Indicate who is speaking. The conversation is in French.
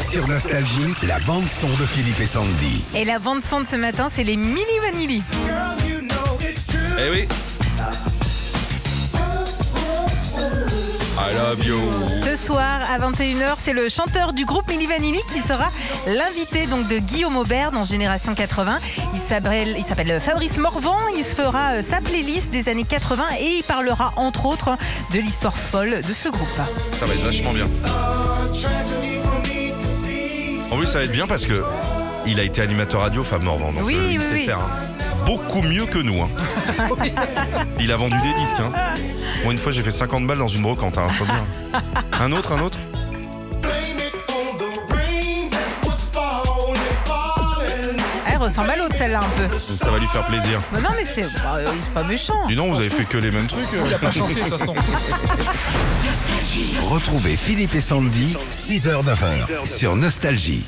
Speaker 1: Sur Nostalgie, la bande-son de Philippe et Sandy.
Speaker 2: Et la bande son de ce matin, c'est les Mini Vanilli.
Speaker 3: Eh oui. I love you.
Speaker 2: Ce soir à 21h, c'est le chanteur du groupe Mini Vanilli qui sera l'invité donc de Guillaume Aubert dans Génération 80. Il s'appelle, il s'appelle euh, Fabrice Morvan. Il se fera euh, sa playlist des années 80 et il parlera entre autres de l'histoire folle de ce groupe.
Speaker 3: Ça va être vachement bien. En plus, ça va être bien parce que il a été animateur radio, Fab Morvan. Donc
Speaker 2: Oui,
Speaker 3: euh, il
Speaker 2: oui,
Speaker 3: sait
Speaker 2: oui.
Speaker 3: faire. hein. Beaucoup mieux que nous. hein. il a vendu des disques. hein. Moi, une fois, j'ai fait 50 balles dans une brocante. hein, faut bien. Un autre, un autre.
Speaker 2: Elle ressemble à l'autre celle-là un peu.
Speaker 3: Ça va lui faire plaisir.
Speaker 2: Mais non mais c'est, bah, euh, c'est pas méchant.
Speaker 3: Dis non, vous avez fait que les mêmes trucs. euh.
Speaker 1: Retrouvez Philippe et Sandy, 6h-9h, sur Nostalgie.